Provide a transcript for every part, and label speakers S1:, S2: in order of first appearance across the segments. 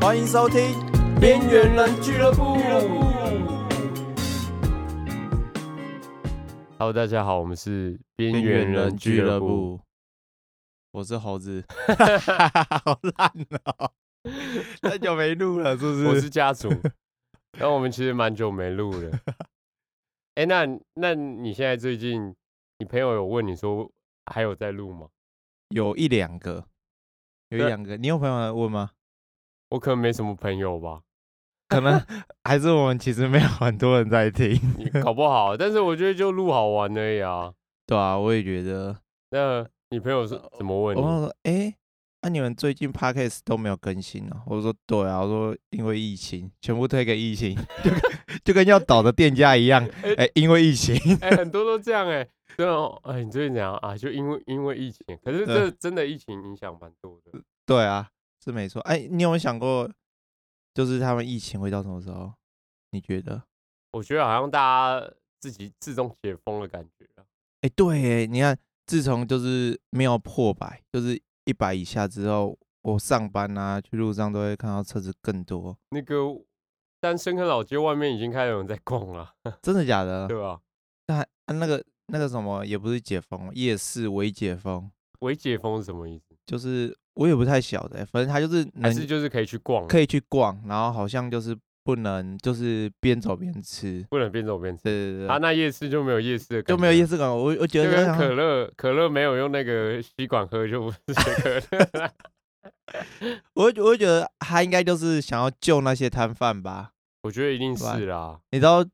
S1: 欢迎收听《边缘人俱乐部》。
S2: Hello，大家好，我们是边缘人俱乐部。，
S1: 我是猴子，好烂哦！太久没录了，是不是？
S2: 我是家族。然后我们其实蛮久没录了。哎、那那你现在最近，你朋友有问你说还有在录吗？
S1: 有一两个，有一
S2: 对
S1: 两个，你有朋友来问吗？
S2: 我可能没什么朋友吧，
S1: 可能 还是我们其实没有很多人在听，
S2: 你搞不好。但是我觉得就录好玩而已啊。
S1: 对啊，我也觉得。
S2: 那你朋友是怎么
S1: 我
S2: 问
S1: 朋友
S2: 你？
S1: 说，哎、那、你们最近 podcast 都没有更新哦？我说对啊，我说因为疫情，全部推给疫情，就跟就跟要倒的店家一 样，
S2: 哎
S1: 哎、因为疫情，
S2: 哎、很多都这样哎、对哦，哎，你最近怎样啊？就因为因为疫情，可是这真的疫情影响蛮多的。
S1: 对啊，是没错。哎、你有没有想过，就是他们疫情会到什么时候？你觉得？
S2: 我觉得好像大家自己自动解封的感觉啊。
S1: 哎、对耶，你看，自从就是没有破百，就是一百以下之后，我上班啊，去路上都会看到车子更多，
S2: 那个但深坑老街外面已经开始有人在逛了，
S1: 真的假的？
S2: 对吧？
S1: 但、啊、那个那个什么，也不是解封，夜市微解封，
S2: 微解封是什么意思？
S1: 就是我也不太晓得，反正它就是
S2: 还
S1: 能
S2: 是就是可以去逛，
S1: 可以去逛，然后好像就是不能就是边走边吃，
S2: 不能边走边吃。
S1: 对对对，
S2: 啊，那夜市就没有夜市的感觉，
S1: 就没有夜市感。我我觉啊得
S2: 就跟
S1: 好像
S2: 可乐，可乐没有用那个吸管喝，就不是可 乐。
S1: 我会觉我会觉得他应该就是想要救那些摊贩吧。
S2: 我觉得一定是啦，
S1: 你知道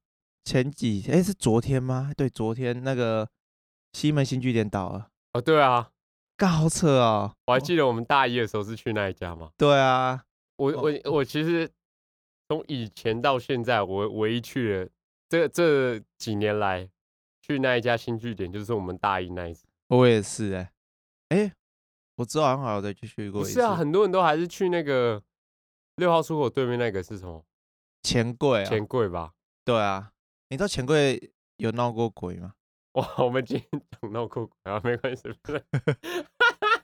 S1: 前几哎、是昨天吗？对，昨天那个西门新据点倒了，
S2: 哦，对啊，
S1: 干好扯哦。
S2: 我还记得我们大一的时候是去那一家嘛。
S1: 对啊，
S2: 我
S1: 哦
S2: 我我其实从以前到现在，我唯一去的这这几年来去那一家新据点，就是我们大一那一次。
S1: 我也是哎、哎、我之后好像好像再去去过
S2: 欸不
S1: 一
S2: 是
S1: 次。
S2: 啊，很多人都还是去那个六号出口对面那个是什么
S1: 钱柜啊，
S2: 钱柜吧？
S1: 对啊，你知道钱柜有闹过鬼吗？
S2: 哇，我们今天讲闹哭鬼啊，没关系，不是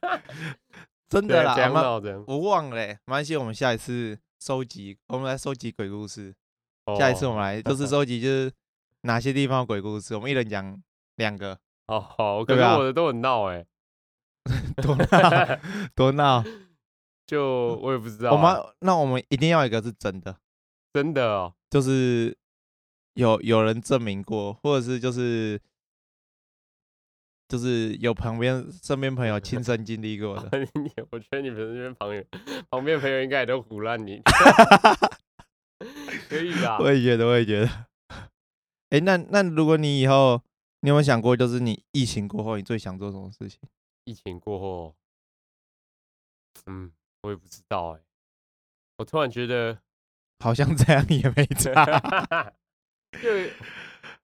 S1: 真
S2: 对
S1: 的啦，
S2: 啊讲
S1: 我们
S2: 到这样，
S1: 我忘了、欸，没关系，我们下一次收集，我们来收集鬼故事。下一
S2: 哦
S1: 次我们来就是收集，就是哪些地方有鬼故事，我们一人讲两个，
S2: 哦好好，可
S1: 对啊
S2: 是
S1: 吧
S2: 我的都很闹哎，
S1: 多闹多 闹。
S2: 就我也不知道啊，
S1: 嗯我们要那我们一定要有一个是真的，
S2: 真的哦。
S1: 就是有有人证明过，或者是就是就是有旁边身边朋友亲身经历过的
S2: 你我觉得你们这边旁边旁边朋友应该也都胡乱你，可以啦，
S1: 我也觉得，我也觉得。哎、那那如果你以后你有没有想过，就是你疫情过后，你最想做什么事情？
S2: 疫情过后，嗯，我也不知道哎，我突然觉得。
S1: 好像这样也没 差。
S2: 就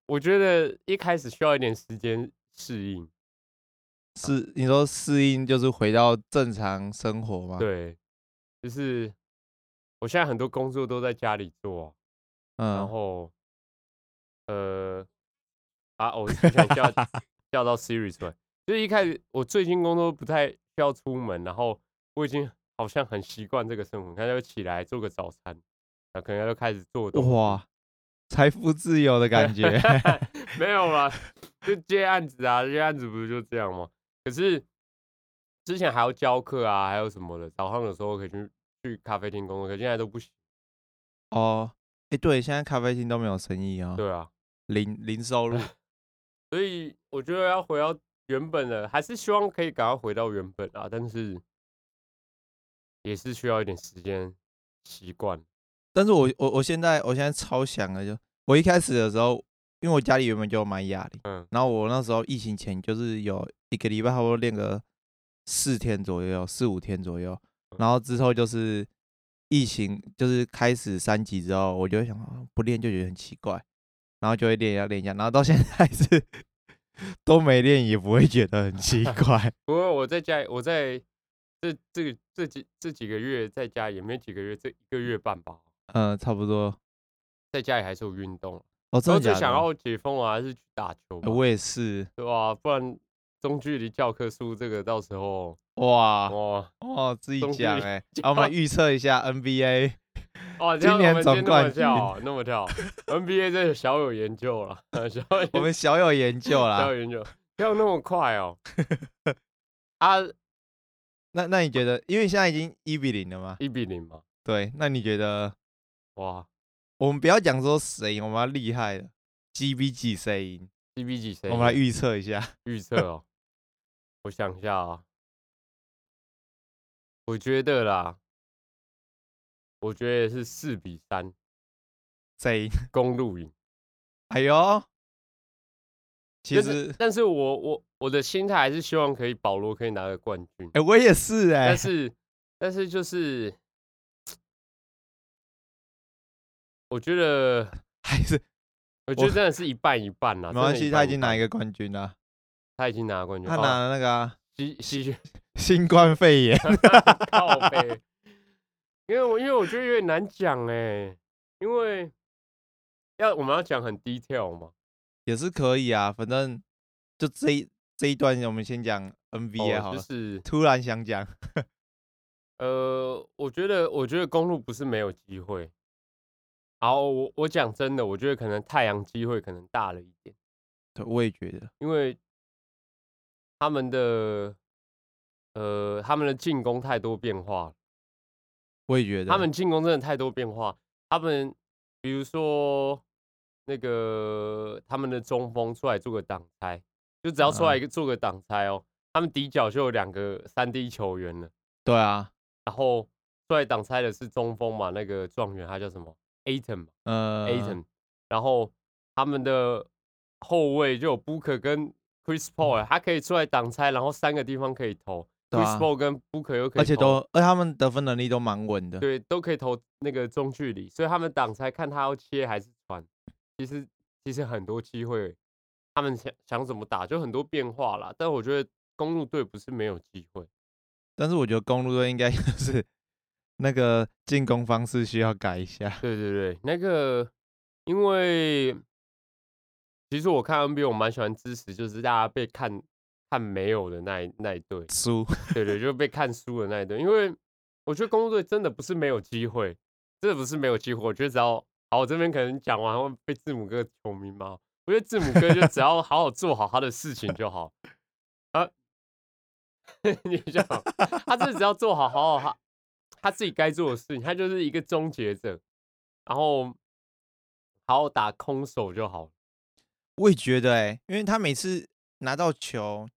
S2: 我觉得一开始需要一点时间适应，
S1: 是你说适应就是回到正常生活吗？，
S2: 对，就是我现在很多工作都在家里做啊、然
S1: 嗯，
S2: 后呃啊，我之前 叫叫到 Siri 出来，就是一开始我最近工作不太需要出门，然后我已经好像很习惯这个生活，他就起来做个早餐，然后可能他就开始做东西
S1: 哇，财富自由的感 觉。
S2: 没有啦，就接案子啊，接案子不是就这样吗？可是之前还要教课啊，还有什么的，早上的时候可以去去咖啡厅工作，可现在都不行。
S1: 哦，哎，对，现在咖啡厅都没有生意哦，
S2: 对啊，
S1: 零零收 入。
S2: 所以我觉得要回到原本的，还是希望可以赶快回到原本啊，但是也是需要一点时间习惯。
S1: 但是我我我现在我现在超想的就，我一开始的时候，因为我家里原本就有买哑铃，
S2: 嗯，
S1: 然后我那时候疫情前就是有一个礼拜差不多练个四天左右，四五天左右，
S2: 嗯
S1: 然后之后就是疫情就是开始三级之后，我就会想啊不练就觉得很奇怪，然后就会练一下练一下，然后到现在是都没练也不会觉得很 奇怪。
S2: 不过我在家，我在这这个这几这几个月在家也没几个月，这一个月半吧，
S1: 嗯，差不多。
S2: 在家里还是有运动。啊
S1: 我、哦、真
S2: 我
S1: 的
S2: 最
S1: 假的？
S2: 想要解封啊，还是去打球吧
S1: 呃呃、我也是，
S2: 对吧、不然中距离教科书这个到时候
S1: 哇
S2: 哇
S1: 哦，自己
S2: 中距
S1: 讲
S2: 离
S1: 哎、啊，我们预测一下 NBA
S2: 哇，
S1: 今
S2: 这样
S1: 年
S2: 哦我们
S1: 总
S2: 今天那
S1: 冠
S2: 么跳那 么跳，NBA 这个小有研究了， 小有
S1: 我们小有研究
S2: 小
S1: 啦。
S2: 有研究，跳那么快 哦，啊
S1: 那那你觉得，因为现在已经一比零了嘛？
S2: 一比零嘛，
S1: 对，那你觉得
S2: 哇，
S1: 我们不要讲说谁赢，我们要厉害的几比几谁赢，
S2: 一比几谁
S1: 我
S2: 赢？
S1: 们来预测一下。
S2: 预测哦，我想一下啊，我觉得啦，我觉得是四比三，
S1: 谁赢？
S2: 公路赢。
S1: 哎呦，其
S2: 但是
S1: 实
S2: 但是我我我的心态还是希望可以保罗可以拿个冠军，
S1: 哎、我也是哎、
S2: 但是但是就是，我觉得
S1: 还是
S2: 我觉
S1: 我
S2: 得真的是一半一半啦。
S1: 没
S2: 真的
S1: 关系，
S2: 一
S1: 他
S2: 半
S1: 已经拿一，个冠军了，
S2: 半他已经拿冠军，
S1: 他
S2: 哦
S1: 拿了那个啊、
S2: 西西区
S1: 新冠肺炎。
S2: 靠背，因为我因为我觉得有点难讲哎、因为要我们要讲很 detail 嘛，
S1: 也是可以啊，反正就这一这一段，我们先讲 NBA
S2: 哦
S1: 好了。
S2: 就是
S1: 突然想讲，
S2: 呃，我觉得我觉得公路不是没有机会，然后我我讲真的，我觉得可能太阳机会可能大了一点，
S1: 对，我也觉得，
S2: 因为他们的呃他们的进攻太多变化了。
S1: 我也觉得，
S2: 他们进攻真的太多变化。他们比如说那个他们的中锋出来做个挡拆，就
S1: 嗯
S2: 只要出来一个做个挡拆哦，他们底角就有两个三 D 球员了。
S1: 对啊，
S2: 然后出来挡拆的是中锋嘛，那个状元他叫什么 Aton 嘛
S1: 呃
S2: Aton，然后他们的后卫就有 Booker 跟 Chris Paul，他可以出来挡拆，然后三个地方可以投。
S1: 嗯对
S2: Chris
S1: 啊
S2: Paul 跟 Booker 又可以投，
S1: 而且都，而且他们得分能力都蛮稳的，
S2: 对，都可以投那个中距离，所以他们挡拆看他要切还是传，其实其实很多机会，他们想想怎么打就很多变化啦。但我觉得公路队不是没有机会，
S1: 但是我觉得公路队应该就是 那个进攻方式需要改一下。
S2: 对对对，那个因为其实我看 NBA 我蛮喜欢支持，就是大家被看看没有的那一那一队，
S1: 输，
S2: 对对，就被看输的那一队，因为我觉得公路队真的不是没有机会，真的不是没有机会。我觉得只要好，我这边可能讲完会被字母哥球迷骂。我觉得字母哥就只要好好做好他的事情就好。啊， 你想，他这只要做好好好他他自己该做的事情，他就是一个终结者，然后好好打空手就好了。
S1: 我也觉得哎、因为他每次拿到球，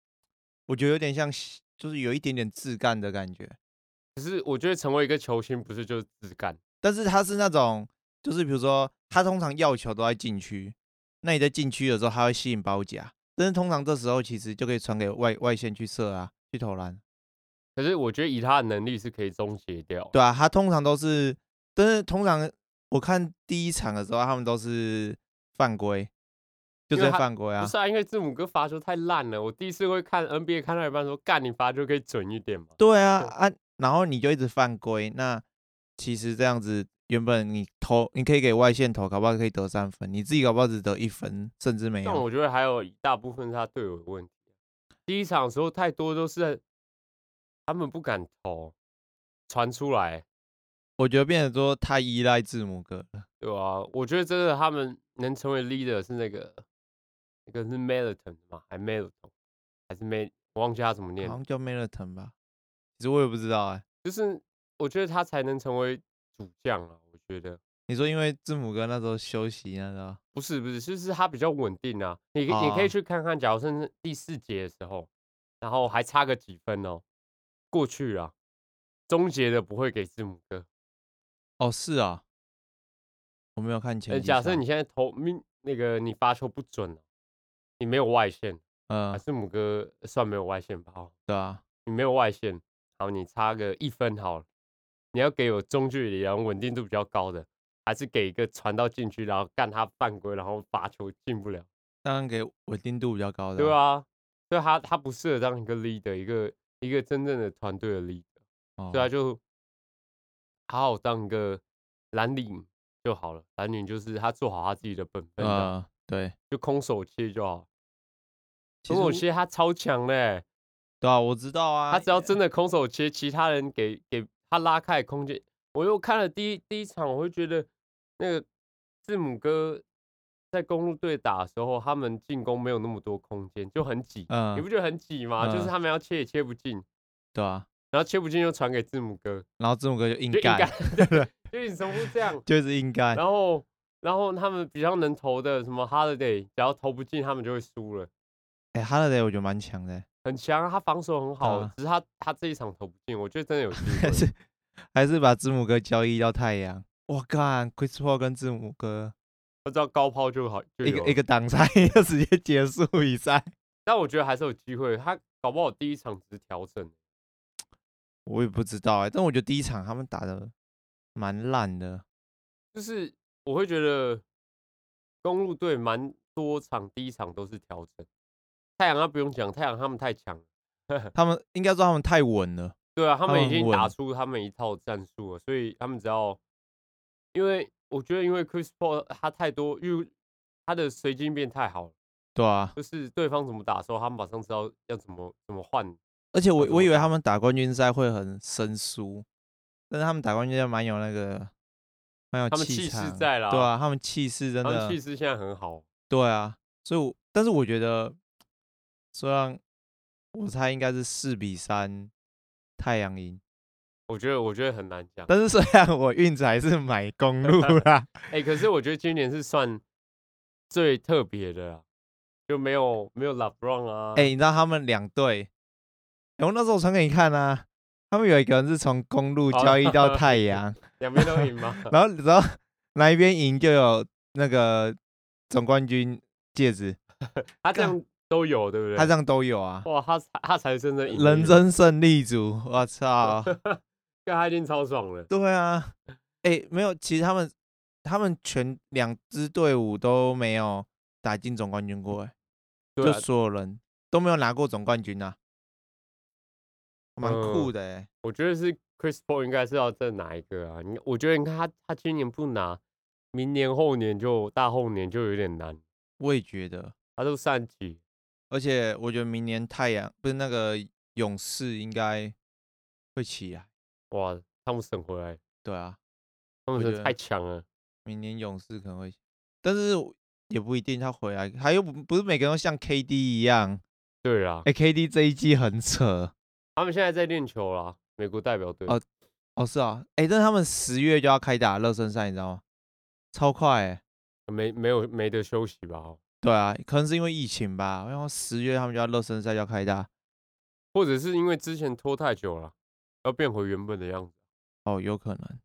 S1: 我觉得有点像，就是有一点点自干的感觉。
S2: 可是我觉得成为一个球星，不是就是自干。
S1: 但是他是那种，就是比如说他通常要球都在禁区，那你在禁区的时候他会吸引包夹，但是通常这时候其实就可以传给外外线去射啊，去投篮。
S2: 可是我觉得以他的能力是可以终结掉的。
S1: 对啊，他通常都是，但是通常我看第一场的时候他们都是犯规，就
S2: 因
S1: 是
S2: 为
S1: 在
S2: 他
S1: 犯规啊
S2: 不是。啊，因为字母哥罚球太烂了。我第一次会看 NBA 看到一半说，干你罚球可以准一点嘛？
S1: 对啊
S2: 对
S1: 啊，然后你就一直犯规，那其实这样子原本你投你可以给外线投，搞不好可以得三分，你自己搞不好只得一分，甚至没
S2: 但
S1: 有。
S2: 我觉得还有一大部分是他队友的问题。第一场的时候太多都是他们不敢投，传出来，
S1: 我觉得变得说太依赖字母哥了。
S2: 对吧、我觉得真的他们能成为 leader 是那个那个是 Meliton 嘛，还 Meliton 还是 Mel，我忘记他怎么念
S1: 好像
S2: 了，
S1: 叫 Meliton 吧，其实我也不知道哎、
S2: 就是我觉得他才能成为主将啊。我觉得
S1: 你说因为字母哥那时候休息那个，
S2: 不是不是，就是他比较稳定啊。你可以你可
S1: 哦
S2: 以去看看，假如甚至第四节的时候，然后还差个几分哦，过去了，终结的不会给字母哥。
S1: 哦是啊，我没有看前
S2: 呃，
S1: 几
S2: 假设
S1: 场
S2: 你现在投命那个你发球不准了，你没有外线，
S1: 嗯、
S2: 啊，字母哥算没有外线吧？哦
S1: 对啊，
S2: 你没有外线，好，你差个一分好了，你要给我中距离，然后稳定度比较高的，还是给一个传到禁区，然后干他犯规，然后罚球进不了。
S1: 当然给稳定度比较高的，
S2: 对，啊，所以他他不适合当一个 leader，一个一个真正的团队的 leader，
S1: 哦、
S2: 所以他就好好当一个蓝领就好了。
S1: 嗯
S2: 啊蓝领就是他做好他自己的本分，这样
S1: 呃对，
S2: 就空手切就好。
S1: 其
S2: 空
S1: 实
S2: 手
S1: 我
S2: 切他超强嘞、
S1: 对啊，我知道啊，
S2: 他只要真的空手切，其他人给给他拉开的空间。我又看了第一第一场，我会觉得那个字母哥在公路队打的时候，他们进攻没有那么多空间，就很挤。你
S1: 嗯
S2: 不，觉得很挤吗？就是
S1: 嗯
S2: 他们要切也切不进，
S1: 对啊，
S2: 然后切不进又传给字母哥，
S1: 然后字母哥就硬
S2: 就应
S1: 干
S2: 该，对，就你怎么 这样？
S1: 就是硬干，
S2: 然后然后他们比较能投的什么 Holiday，只要投不进，他们就会输了。
S1: 哎、哈 h o l 我觉得蛮强的，
S2: 很强啊，他防守很好，
S1: 啊
S2: 只是他他这一场投不进，我觉得真的有机
S1: 还
S2: 会。
S1: 是还是把字母哥交易到太阳。我干，Chris Paul 跟字母哥
S2: 我只要高抛就好，就
S1: 一
S2: 有
S1: 个一
S2: 了
S1: 个挡拆 就直接结束比赛，
S2: 但我觉得还是有机会。他搞不好第一场只是调整，
S1: 我也不知道哎、但我觉得第一场他们打的蛮烂的，
S2: 就是我会觉得公路队蛮多场第一场都是调整。太阳他不用讲，太阳他们太强了，
S1: 他们应该说他们太稳了，
S2: 对啊，他
S1: 他
S2: 们已
S1: 们
S2: 经
S1: 很
S2: 打
S1: 稳
S2: 出他们一套战术了，所以他们只要，因为我觉得因为 Chris Paul 他太多，因为他的随机应变太好了，
S1: 对啊，
S2: 就是对方怎么打的时候，他马上知道要怎么怎么换。
S1: 而且我
S2: 怎
S1: 我
S2: 么
S1: 以为
S2: 打
S1: 他们打冠军赛会很生疏，但是他们打冠军赛蛮有那个蛮有
S2: 他们
S1: 气
S2: 气势
S1: 场
S2: 在啦哦
S1: 对啊，他们气势真
S2: 他们
S1: 的
S2: 气势现在很好，
S1: 对啊，所以我但是我觉得，虽然我猜应该是四比三太阳赢，
S2: 我觉得我觉得很难讲。
S1: 但是虽然我运彩是买公 路啦，
S2: 哎、可是我觉得今年是算最特别的啦，就没有没有 LeBron 啊，
S1: 哎、你知道他们两队、哎我那时候传给你看啊，他们有一个人是从公路
S2: 哦
S1: 交易到太阳，
S2: 两边都赢 吗？
S1: 然后然后哪一边赢就有那个总冠军戒指，
S2: 他这样都有，对不对？哦
S1: 他这样都有啊，
S2: 哇，他才他才真正赢了
S1: 人
S2: 耶，
S1: 生胜利组，我 操！
S2: 干他一定超爽了。
S1: 对啊，哎、没有，其实他们他们全两支队伍都没有打进总冠军过、欸，
S2: 对
S1: 就
S2: 啊，
S1: 所有人都没有拿过总冠军啊，蛮酷
S2: 嗯
S1: 的、欸，
S2: 我觉得是 Chris Paul 应该是要再拿一个啊。你我觉得你看他他今年不拿，明年后年就大后年就有点难，
S1: 我也觉得。
S2: 他都三级，
S1: 而且我觉得明年太阳不是那个勇士应该会起来，
S2: 哇，汤姆省回来，
S1: 对啊，
S2: 他们
S1: 我
S2: 真
S1: 觉得
S2: 的太强了。
S1: 明年勇士可能会起，但是也不一定他回来，还有不不是每个人都像 KD 一样，
S2: 对啦，
S1: 哎、k d 这一季很扯
S2: 他们现在在练球啦，美国代表队。
S1: 哦哦，是啊，哎、但是他们十月就要开打热身赛，你知道吗？超快、欸，
S2: 没没有没得休息吧、哦
S1: 对啊，可能是因为疫情吧，然后十月他们就要热身赛就要开打，
S2: 或者是因为之前拖太久了，要变回原本的样子。
S1: 哦，有可能。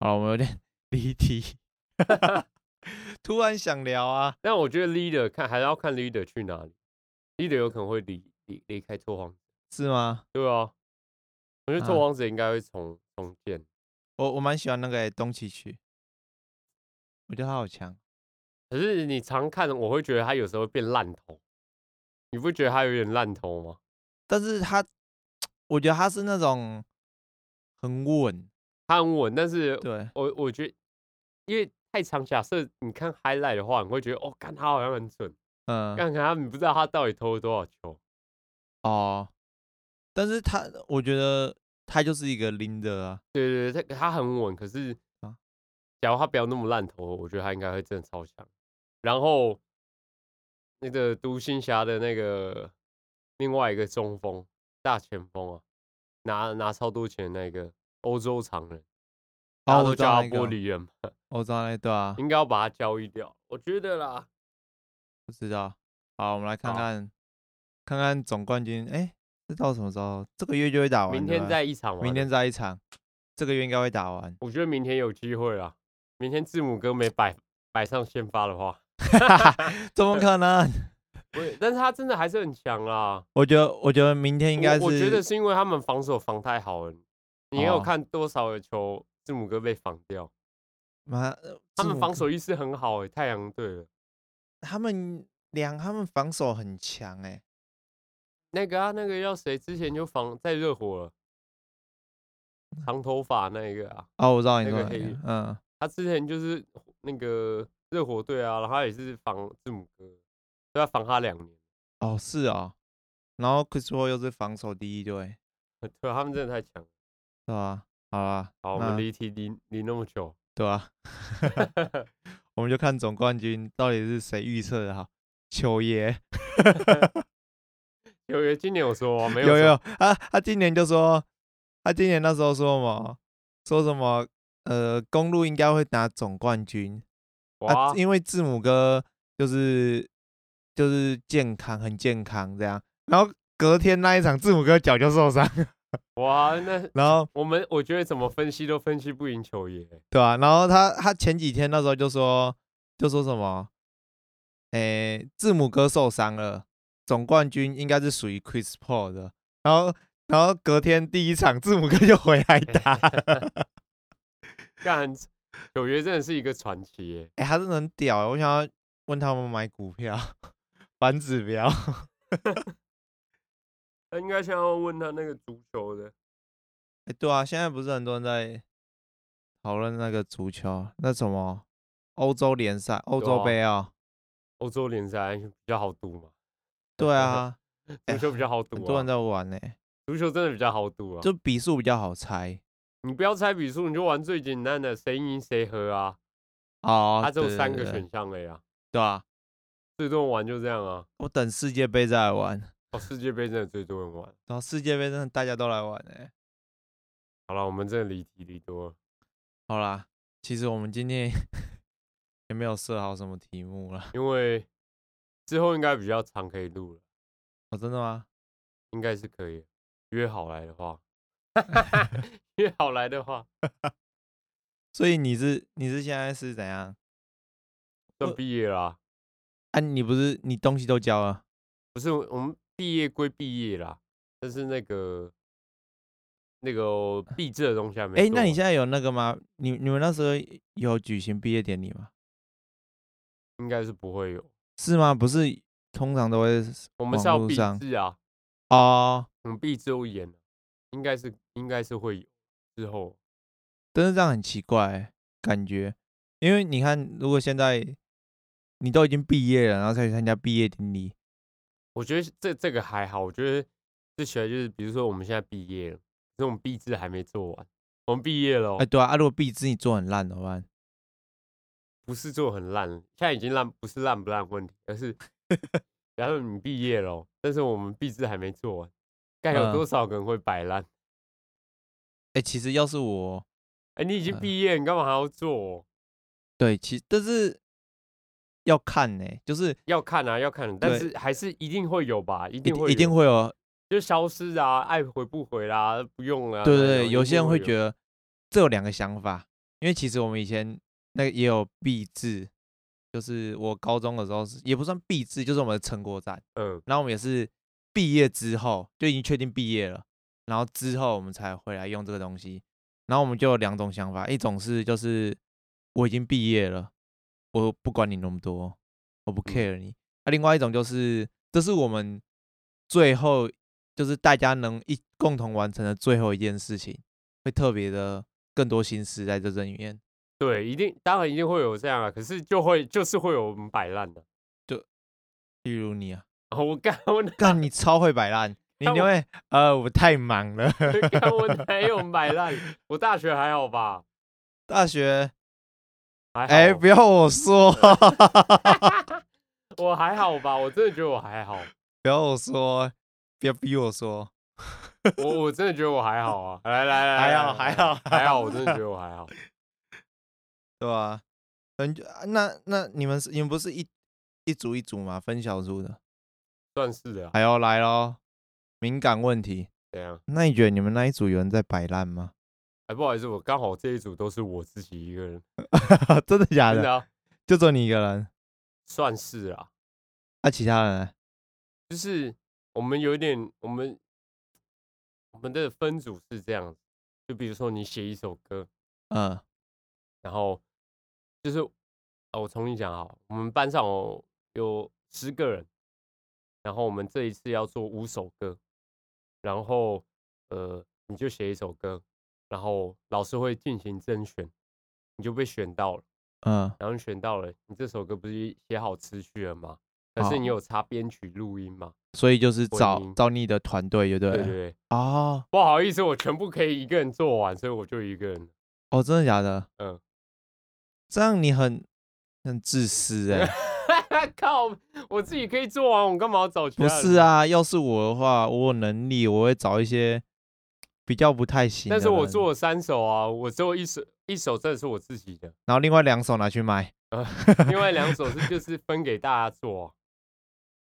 S1: 好了，我们有点 离题，突然想聊啊，
S2: 但我觉得 leader 看还是要看 leader 去哪里，leader 有可能会离离离开拓荒者，
S1: 是吗？
S2: 对啊，我觉得拓
S1: 啊
S2: 荒者应该会重重建，
S1: 我我蛮喜欢那个、欸、东契奇，我觉得他好强。
S2: 可是你常看我会觉得他有时候会变烂头，你不觉得他有点烂头吗？
S1: 但是他，我觉得他是那种很稳，
S2: 他很稳，但是
S1: 对，
S2: 我我觉得因为太常假设你看 highlight 的话，你会觉得哦，干他好像很准，
S1: 嗯、
S2: 干他你不知道他到底投了多少球。
S1: 哦，但是他，我觉得他就是一个 leader 啊，
S2: 对对对，他他很稳，可是
S1: 啊
S2: 假如他不要那么烂头，我觉得他应该会真的超强。然后那个独行侠的那个另外一个中锋大前锋啊，拿拿超多钱的那个欧洲常人，大家
S1: 哦，
S2: 都
S1: 我知
S2: 叫
S1: 道
S2: 他
S1: 那个
S2: 玻，璃人嘛，
S1: 我知道那个对啊，
S2: 应该要把他交易掉，我觉得啦。
S1: 不知道。好，我们来看
S2: 好
S1: 看看看总冠军，哎、这到什么时候？这个月就会打完，
S2: 明
S1: 对
S2: 天
S1: 吧
S2: 再一场嘛，
S1: 明天再一场，这个月应该会打 完。
S2: 我觉得明天有机会啦。明天字母哥没摆摆上先发的话，
S1: 怎么可能？
S2: 不会，但是他真的还是很强啦。
S1: 我觉得，我觉得明天应该是
S2: 我，我觉得是因为他们防守防太好了。你有
S1: 哦
S2: 看多少的球字母哥被防掉？
S1: 妈，呃
S2: 他
S1: 字
S2: 们
S1: 母
S2: 防
S1: 哥，
S2: 守意识很好诶、太阳队了。
S1: 他们两，他们防守很强哎、
S2: 那个啊，那个要谁之前就防在热火了，长头发那一个啊，
S1: 哦，我知道你
S2: 那
S1: 说
S2: 个
S1: 哪一
S2: 黑
S1: 个，嗯，
S2: 他之前就是那个热火队啊，然后他也是防字母哥，都要防他两年。
S1: 哦，是啊、然后 Chris Paul 又是防守第一队，
S2: 对，他们真的太强了。
S1: 对吧、好啦，
S2: 好，我们
S1: 那
S2: 离题离离那么 久，
S1: 对吧、我们就看总冠军到底是谁预测的好。球爷
S2: 有有今年有说吗没
S1: 有
S2: 说
S1: 有，他他今年就说，他今年那时候说嘛，说什么呃，公路应该会拿总冠军，啊
S2: 哇，，
S1: 因为字母哥就是就是健康，很健康这样。然后隔天那一场，字母哥脚就受伤，
S2: 哇，那
S1: 然后
S2: 我们我觉得怎么分析都分析不赢 球爷，
S1: 对啊，然后他他前几天那时候就说就说什么，诶，字母哥受伤了，总冠军应该是属于 Chris Paul 的。然后然后隔天第一场，字母哥就回来打了，
S2: 干球爷真的是一个传奇耶，
S1: 哎，他真的很屌欸、我想要问他们买股票，反指标。
S2: 那应该先要问他那个足球的，
S1: 哎、对啊，现在不是很多人在讨论那个足球，那什么欧洲联赛、欧
S2: 对
S1: 洲
S2: 啊
S1: 杯啊？
S2: 欧洲联赛比较好赌嘛，
S1: 对啊，哎
S2: 足球比较好赌、啊，
S1: 很多人在玩呢、
S2: 足球真的比较好赌啊，
S1: 就比数比较好猜
S2: 你不要猜比数，你就玩最简单的，谁赢谁和啊，
S1: 哦。
S2: 它只有
S1: 对
S2: 三
S1: 对
S2: 个
S1: 对
S2: 选项了呀，
S1: 对啊，
S2: 最多人玩就这样啊，
S1: 我等世界杯再来玩，
S2: 哦，世界杯真的最多人玩。
S1: 然后世界杯真的大家都来玩欸呢、
S2: 好了，我们真的离题离多了。
S1: 好啦，其实我们今天 也没有设好什么题目啦。
S2: 因为之后应该比较长可以录了，
S1: 哦，真的吗？
S2: 应该是可以约好来 的话，约好来的话，
S1: 所以你是你是现在是怎样？
S2: 算
S1: 呃
S2: 毕业啦、
S1: 啊，你不是你东西都交了？
S2: 不是我们毕业归毕业啦，但是那个那个毕制的东西还没做
S1: 哎、
S2: 完。
S1: 那你现在有那个吗？你你们那时候有举行毕业典礼吗？
S2: 应该是不会有，
S1: 是吗？不是，通常都会是
S2: 我们是
S1: 网
S2: 要
S1: 络
S2: 毕
S1: 上
S2: 制啊，
S1: 哦，
S2: 我们毕制都演了，应该是应该是会有之后。
S1: 但是这样很奇怪欸、感觉，因为你看，如果现在你都已经毕业了，然后再去参加毕业典礼，
S2: 我觉得这这个还好，我觉得这起来就是，比如说我们现在毕业了，可是我们毕制还没做完，我们毕业了哦、
S1: 哎、对啊，啊，如果毕制你做很烂怎么办？
S2: 不是做很烂，现在已经烂，不是烂不烂问题，而是，然后你毕业了哦，但是我们毕制还没做完，该有
S1: 嗯
S2: 多少个人会摆烂？
S1: 哎、其实要是我，
S2: 哎、你已经
S1: 嗯
S2: 毕业，你干嘛还要做哦？
S1: 对，其但是要看呢、就是
S2: 要看啊，要看，但
S1: 对
S2: 是还是一定会有吧，一
S1: 一
S2: 定
S1: 定
S2: 会
S1: 一定
S2: 有
S1: 会有，
S2: 就消失啊，爱回不回啦、不用了、啊
S1: 对对对，有
S2: 有
S1: 些人会
S2: 得
S1: 觉得这有两个想法，因为其实我们以前那个也有毕制，就是我高中的时候是也不算毕制，就是我们的成果展。
S2: 嗯
S1: 然后我们也是毕业之后就已经确定毕业了，然后之后我们才回来用这个东西。然后我们就有两种想法，一种是就是我已经毕业了，我不管你那么多，我不 care 你。那、另外一种就是这是我们最后就是大家能一共同完成的最后一件事情，会特别的更多心思在这里面。
S2: 对，一定当然一定会有这样啊，可是就会就是会有我们摆烂的。
S1: 例如你啊，
S2: 啊我干我哪
S1: 干你超会摆烂， 你
S2: 看
S1: 因
S2: 我
S1: 为呃我太忙了。
S2: 干我哪有摆烂？我大学还好吧？
S1: 大学
S2: 还好
S1: 哎、不要我说，
S2: 我还好吧？我真的觉得我还 好，
S1: 不要我说，不要逼我说。
S2: 我我真的觉得我还好啊！来来来，
S1: 还
S2: 来
S1: 好
S2: 来
S1: 还
S2: 来
S1: 好
S2: 还好，我真的觉得我还好。
S1: 对啊，嗯，那那你们是你们不是一一组一组吗？分小组的，
S2: 算是的啊，
S1: 还要来咯。敏感问题，
S2: 怎样？
S1: 那你觉得你们那一组有人在摆烂吗？
S2: 哎，不好意思，我刚好这一组都是我自己一个人，
S1: 真的假
S2: 真
S1: 的？
S2: 的啊，
S1: 就只有你一个人，
S2: 算是啊，
S1: 那、其他人呢？
S2: 就是我们有点，我们我们的分组是这样子，就比如说你写一首歌，
S1: 嗯，
S2: 然后就是啊，我重新讲啊，我们班上有有十个人，然后我们这一次要做五首歌，然后呃，你就写一首歌，然后老师会进行甄选，你就被选到了，
S1: 嗯
S2: 然后你选到了，你这首歌不是写好词序了吗？可
S1: 哦
S2: 是你有查编曲录音嘛？
S1: 所以就是
S2: 混
S1: 找
S2: 音
S1: 找你的团队，对不对
S2: 对对
S1: 了？
S2: 对，
S1: 哦
S2: 不好意思，我全部可以一个人做完，所以我就一个人。
S1: 哦，真的假的？
S2: 嗯，
S1: 这样你很很自 私哎、
S2: 靠，我自己可以做完，我干嘛要找其他
S1: 不
S2: 人？
S1: 是，啊，要是我的话，我有能力，我会找一些比较不太行。
S2: 但是我做，了三首啊，我只有一首一首真的是我自己 的，
S1: 然后另外两手拿去卖。
S2: 另外两首是就是分给大家做啊、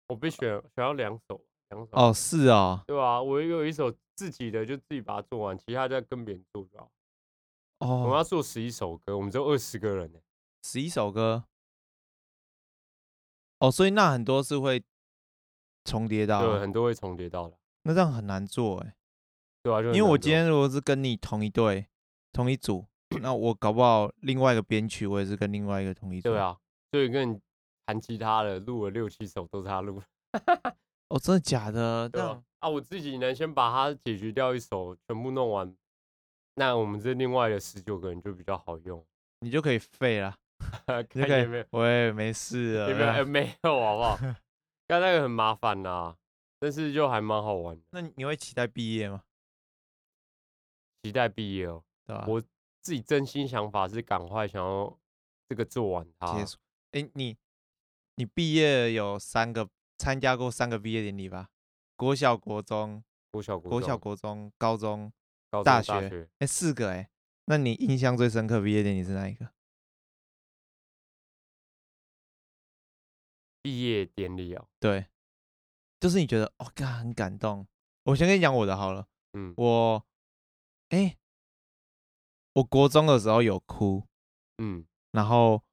S2: 我被选选到两首，两首，
S1: 哦，是哦，
S2: 对啊？我有一首自己的，就自己把它做完，其他再跟别人做就好。我们
S1: 哦，
S2: 要做十一首歌，我们只有二十个人呢、
S1: 十一首歌。哦，所以那很多是会重叠到
S2: 对，
S1: 啊，
S2: 很多会重叠到的，
S1: 那这样很难做哎、
S2: 对啊，就很
S1: 因为我
S2: 难做
S1: 今天如果是跟你同一队、同一组，那我搞不好另外一个编曲我也是跟另外一个同一组。
S2: 对，啊，就一个人弹吉他的录了六七首都是他录的，
S1: 哦，真的假的？
S2: 对
S1: 这
S2: 啊
S1: 样，
S2: 啊，我自己能先把它解决掉一首，全部弄完，那我们这另外的十九个人就比较好用。
S1: 你就可以废了，
S2: 看
S1: 你就
S2: 有
S1: 可
S2: 哎没有
S1: 以，喂，没事了。
S2: 有没有、
S1: 这
S2: 呃
S1: 样
S2: 没有好 不好？刚那个很麻烦呐、但是就还蛮好玩的。
S1: 那你会期待毕业吗？
S2: 期待毕业哦，
S1: 对吧？
S2: 我自己真心想法是赶快想要这个做完它。
S1: 结束。哎、你你毕业有三个参加过三个毕业典礼吧？国小、国中、
S2: 国小国
S1: 国小、
S2: 中
S1: 国中、高中，
S2: 高中
S1: 大
S2: 大
S1: 学哎、四个哎、那你印象最深刻毕业典礼是哪一个？
S2: 毕业典礼哦，
S1: 对，就是你觉得哦，干很感动。我先跟你讲我的好了，
S2: 嗯，
S1: 我哎、我国中的时候有哭，
S2: 嗯，
S1: 然后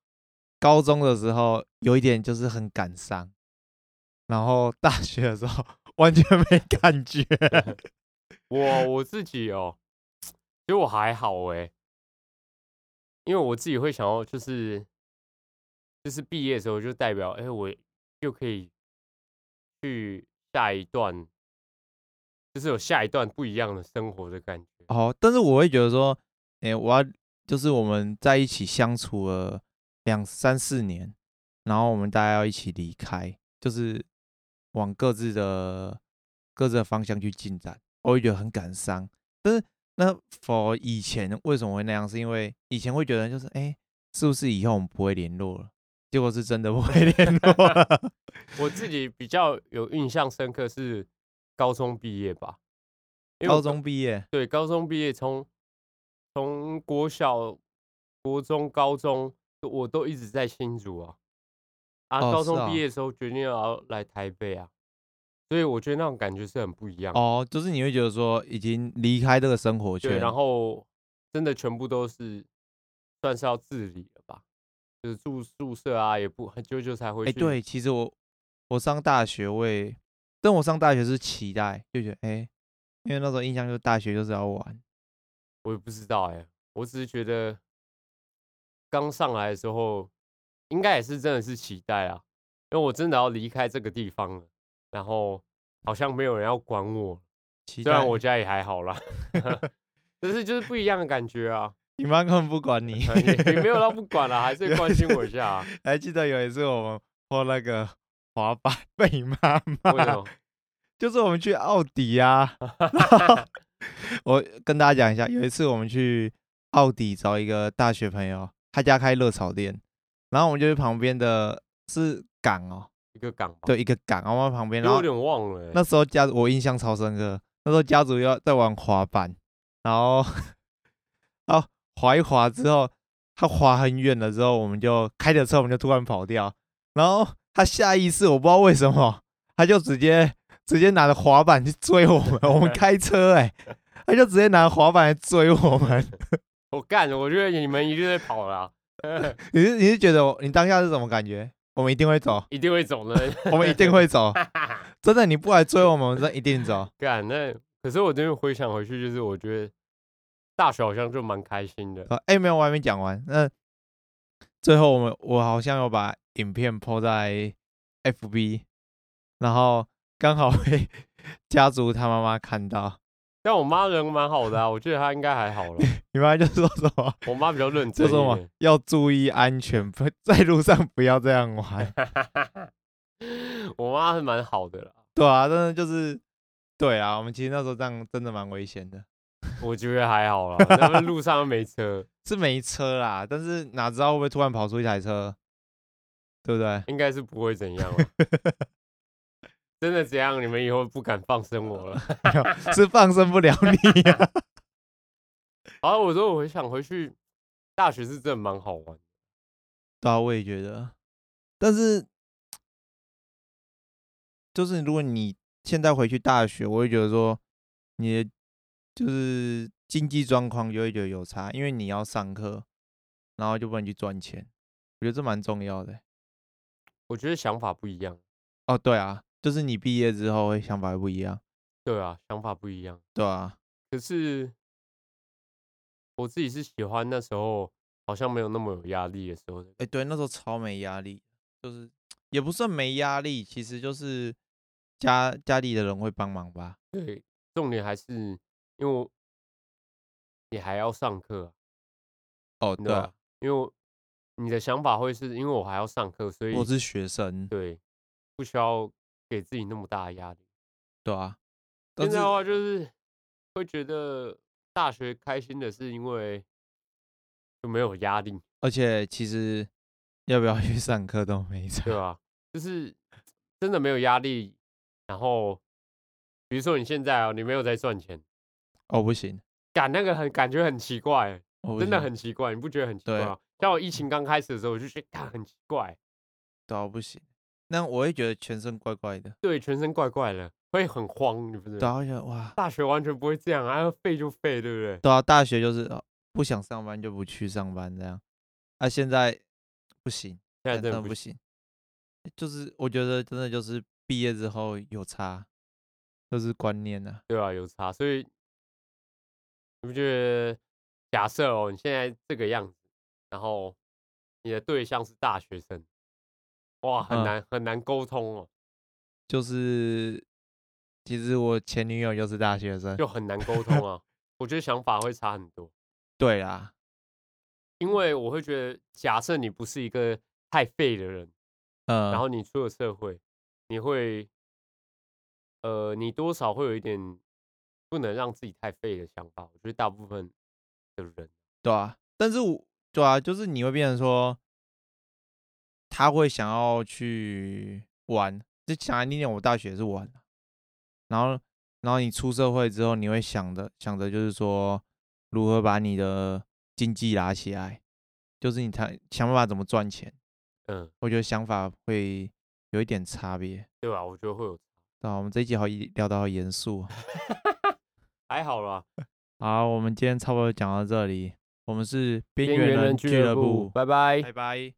S1: 高中的时候有一点就是很感伤，然后大学的时候 完全没感觉。
S2: 我我自己哦，其实我还好哎、因为我自己会想要就是就是毕业的时候就代表哎、我又可以去下一段，就是有下一段不一样的生活的感觉。
S1: 哦，但是我会觉得说，哎、我要就是我们在一起相处了两三四年，然后我们大家要一起离开，就是往各自的各自的方向去进展，我会觉得很感伤。但是那否以前为什么会那样？是因为以前会觉得就是，哎、是不是以后我们不会联络了？结果是真的不会联 络了。
S2: 我自己比较有印象深刻是高中毕业吧，因为我嗯
S1: 高中毕业，
S2: 对，高中毕业从从国小、国中、高中，我都一直在新竹啊。啊，
S1: 哦
S2: 高
S1: 是
S2: 中
S1: 啊
S2: 毕业的时候决定要来台北啊，所以我觉得那种感觉是很不一样的。
S1: 哦，就是你会觉得说已经离开这个生活圈，
S2: 对，然后真的全部都是算是要自理了吧，就是住宿舍啊，也不很久久才回
S1: 哎、
S2: 去。
S1: 对，其实我我上大学我也，但我上大学是期待，就觉得哎、诶因为那时候印象就是大学就是要玩，
S2: 我也不知道哎、我只是觉得刚上来的时候，应该也是真的是期待啊，因为我真的要离开这个地方了，然后好像没有人要管我，
S1: 期
S2: 虽
S1: 待
S2: 然我家也还 好啦，但是就是不一样的感觉啊，
S1: 你妈根本不管你。
S2: 也 也没有到不管了、还是会关心我一下、 啊，
S1: 还记得有一次我们破那个滑板被你妈
S2: 为什
S1: 骂，
S2: 么？
S1: 就是我们去奥迪 啊然后。我跟大家讲一下，有一次我们去奥迪找一个大学朋友，他家开热炒店，然后我们就去旁边的是港哦，
S2: 一个港吧，
S1: 对，一个港，然后我们旁边，
S2: 因
S1: 然
S2: 为我
S1: 后
S2: 有点忘了欸、
S1: 那时候家我印象超深刻，那时候家族要在玩滑板，然后 啊滑一滑之后，他滑很远了之后，我们就开着车，我们就突然跑掉，然后他下意识我不知道为什么，他就直接 直接拿着滑板去追我们，我们开车哎、他就直接拿滑板来追我们，
S2: 我干，我觉得你们一定会跑了、啊，
S1: 你是你是觉得我你当下是什么感觉？我们一定会走，
S2: 一定会走的。
S1: 我们一定会走，真的你不来追我们，我们真的一定走。
S2: 干那，可是我这边回想回去，就是我觉得大学好像就蛮开心的。
S1: 呃，哎、没有，我还没讲完。那最后我们我好像有把影片 po 在 FB，然后刚好被 家族他妈妈看到，
S2: 但我妈人蛮好的啊，我觉得她应该还好了。
S1: 你妈就说什么，
S2: 我妈比较 认
S1: 就
S2: 真一
S1: 说什么
S2: 点。
S1: 要注意安全，不在路上不要这样玩。
S2: 我妈还蛮好的啦，
S1: 对啊，真的就是，对啊，我们其实那时候这样真的蛮危险的，
S2: 我觉得还好啦。那边路上没车，
S1: 是没车啦，但是哪知道会不会突然跑出一台车，对不对？
S2: 应该是不会怎样啦。真的这样，你们以后不敢放生我了。
S1: 是放生不了你呀、
S2: 啊，我说我想回去，大学是真的蛮好玩的。
S1: 对啊，我也觉得，但是就是如果你现在回去大学，我会觉得说你的就是经济状况就会觉得有差，因为你要上课，然后就不能去赚钱，我觉得这蛮重要的欸。
S2: 我觉得想法不一样，
S1: 哦，对啊，就是你毕业之后会想法会不一样，
S2: 对啊，想法不一样。
S1: 对啊，
S2: 可是我自己是喜欢那时候好像没有那么有压力的时候的。
S1: 哎，对，那时候超没压力，就是也不算没压力，其实就是家家里的人会帮忙吧。
S2: 对，重点还是因为我你还要上课啊、
S1: 哦，对
S2: 你知道吧
S1: 啊，
S2: 因为我你的想法会是因为我还要上课，所以
S1: 我是学生，
S2: 对不需要给自己那么大的压力。
S1: 对啊。但
S2: 现
S1: 是
S2: 在哦的话就是会觉得大学开心的是因为就没有压力，
S1: 而且其实要不要去上课都没差。
S2: 对吧、啊就是真的没有压力。然后比如说你现在哦，你没有在赚钱，
S1: 哦，不行，哦
S2: 感那个很感觉很奇怪欸、
S1: 我不
S2: 真的
S1: 行
S2: 很奇怪，你不觉得很奇怪
S1: 对
S2: 吗？像我疫情刚开始的时候，我就觉得干很奇怪，
S1: 对啊，不行。那我会觉得全身怪怪的，
S2: 对，全身怪怪的，会很慌，你不知
S1: 对
S2: 道。
S1: 啊，会觉得哇，
S2: 大学完全不会这样，啊，废就废，对不对？
S1: 对啊，大学就是、呃不想上班就不去上班这样，啊，现在不行，
S2: 现在
S1: 真
S2: 真的
S1: 的
S2: 不
S1: 不
S2: 行。
S1: 行。就是我觉得真的就是毕业之后有差，就是观念啊，
S2: 对啊，有差，所以你不觉得？假设哦，你现在这个样子，然后你的对象是大学生，哇，很
S1: 嗯
S2: 难、很难沟 通哦，
S1: 就是其实我前女友就是大学生，
S2: 就很难沟通啊。我觉得想法会差很多，
S1: 对啊啦，
S2: 因为我会觉得，假设你不是一个太废的人，
S1: 嗯，
S2: 然后你出了社会，你会，呃，你多少会有一点不能让自己太废的想法。我觉得大部分的人，
S1: 对啊，但是我对啊，就是你会变成说，他会想要去玩，就讲难听点，我大学是玩，啊然后然后你出社会之后，你会想的想着就是说，如何把你的经济拉起来，就是你谈想办法怎么赚钱，
S2: 嗯，
S1: 我觉得想法会有一点差别。
S2: 对吧？我觉得会有，
S1: 对啊，我们这一集好一聊得好严肃哦。
S2: 还好啦。
S1: 好，我们今天差不多讲到这里，我们是边
S2: 边
S1: 缘
S2: 缘人
S1: 人
S2: 俱乐部，拜拜
S1: 拜拜。